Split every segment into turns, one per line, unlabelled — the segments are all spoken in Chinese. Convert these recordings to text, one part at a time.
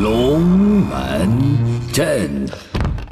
龙门阵。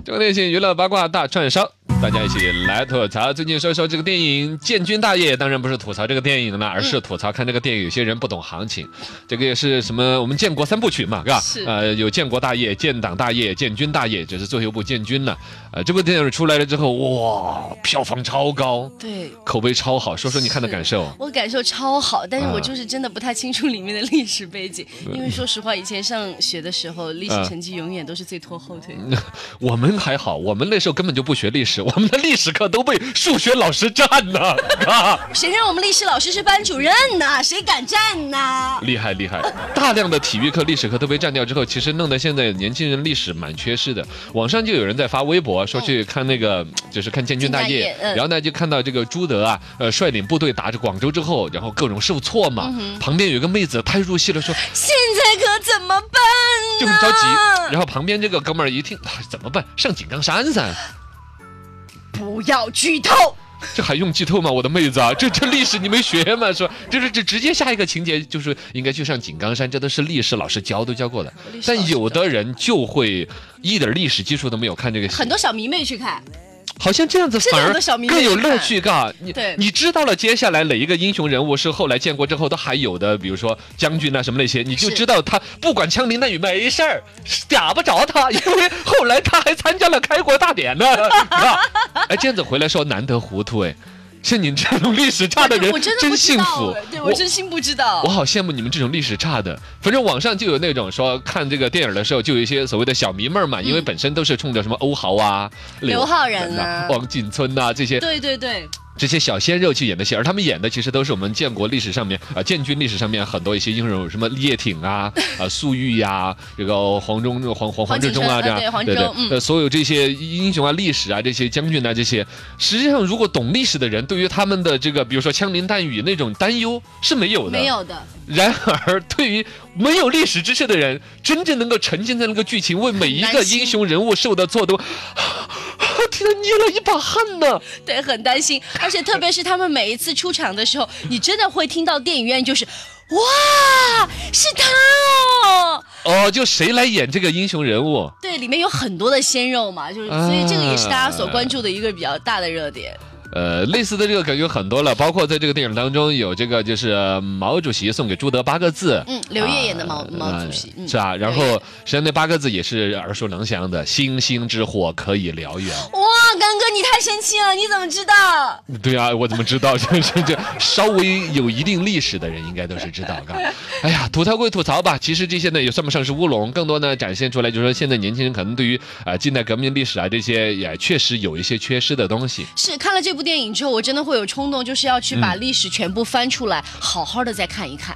这个类型娱乐八卦大串烧，大家一起来吐槽。最近说说这个电影《建军大业》，当然不是吐槽这个电影了，而是吐槽看这个电影有些人不懂行情。这个也是什么？我们建国三部曲嘛，是吧？
是
呃，有建国大业、建党大业、建军大业，这是最后一部建军了。呃，这部电影出来了之后，哇，票房超高，
对。
口碑超好。说说你看的
是
感受。
我感受超好，但是我
啊
就是真的不太清楚里面的历史背景，因为说实话，以前上学的时候，历史
啊
成绩永远都是最拖后腿的。
我们还好，我们那时候根本就不学历史，我们的历史课都被数学老师占了啊。
谁让我们历史老师是班主任呢？谁敢站呢？
厉害厉害！大量的体育课、历史课都被占掉之后，其实弄得现在年轻人历史蛮缺失的。网上就有人在发微博说去看那个，就是看建军大
嗯建
业
军大业，嗯
然后呢就看到这个朱德啊，呃，率领部队打着广州之后，然后各种受挫
嗯
嘛。旁边有个妹子太入戏了，说
现在可怎么办呢？
就很着急，然后旁边这个哥们儿一听、哎怎么办？上井冈山噻，
不要剧透。
这还用剧透吗？我的妹子啊，这这历史你没学吗？说这这这直接下一个情节就是应该去上井冈山，这都是历史老师教都教过的。
历史老师
但有的人就会一点历史基础都没有看这个戏，
很多小迷妹去看，
好像这样子
真的
反
很
而
多小迷妹
更有乐趣，嘎。你
对
你知道了接下来哪一个英雄人物是后来建国之后都还有的，比如说将军啊什么那些，你就是知道他不管枪林弹雨没事儿，是打不着他，因为后来他还参加了开国大 典呢，是吧？哎，这样子回来说难得糊涂哎，像你这种历史差的人
哎我真的不
真
知
幸
道
福
哎，对我真心不知道
我。好羡慕你们这种历史差的，反正网上就有那种说看这个电影的时候，就有一些所谓的小迷妹儿嘛，因为本身都是冲着什么欧豪啊、
嗯刘昊然啊
呐、王景春呐、这些
对对对，
这些小鲜肉去演的戏，而他们演的其实都是我们建国历史上面啊、建军历史上面很多一些英雄人物，什么叶挺啊、啊粟裕呀、这个黄忠、黄黄黄
黄景
志忠啊，
春
这样
啊对黄忠嗯
呃，所有这些英雄啊、历史啊、这些将军啊这些，实际上如果懂历史的人，对于他们的这个比如说枪林弹雨那种担忧是没有的，
没有的，
然而，对于没有历史知识的人，真正能够沉浸在那个剧情，为每一
很
个
担心
英雄人物受的挫都，啊啊替他捏了一把汗呢。
对，很担心。而且特别是他们每一次出场的时候，你真的会听到电影院就是，哇，是他哦。
哦，就谁来演这个英雄人物？
对，里面有很多的鲜肉嘛，就是，所以这个也是大家所关注的一个比较大的热点。
呃，类似的这个感觉很多了，包括在这个电影当中有这个就是呃毛主席送给朱德八个字，
嗯，刘烨演的毛、
啊
毛主席，嗯，
是啊，然后
刘烨
实际上那八个字也是耳熟能详的，星星之火可以燎原。
哇，刚哥你太神奇了，你怎么知道？
对啊，我怎么知道？ 这这这稍微有一定历史的人应该都是知道的。哎呀，吐槽归吐槽吧，其实这些呢也算不上是乌龙，更多呢展现出来就是说现在年轻人可能对于啊、呃近代革命历史啊这些也确实有一些缺失的东西。
是看了这部电影之后，我真的会有冲动，就是要去把历史全部翻出来，好好的再看一看。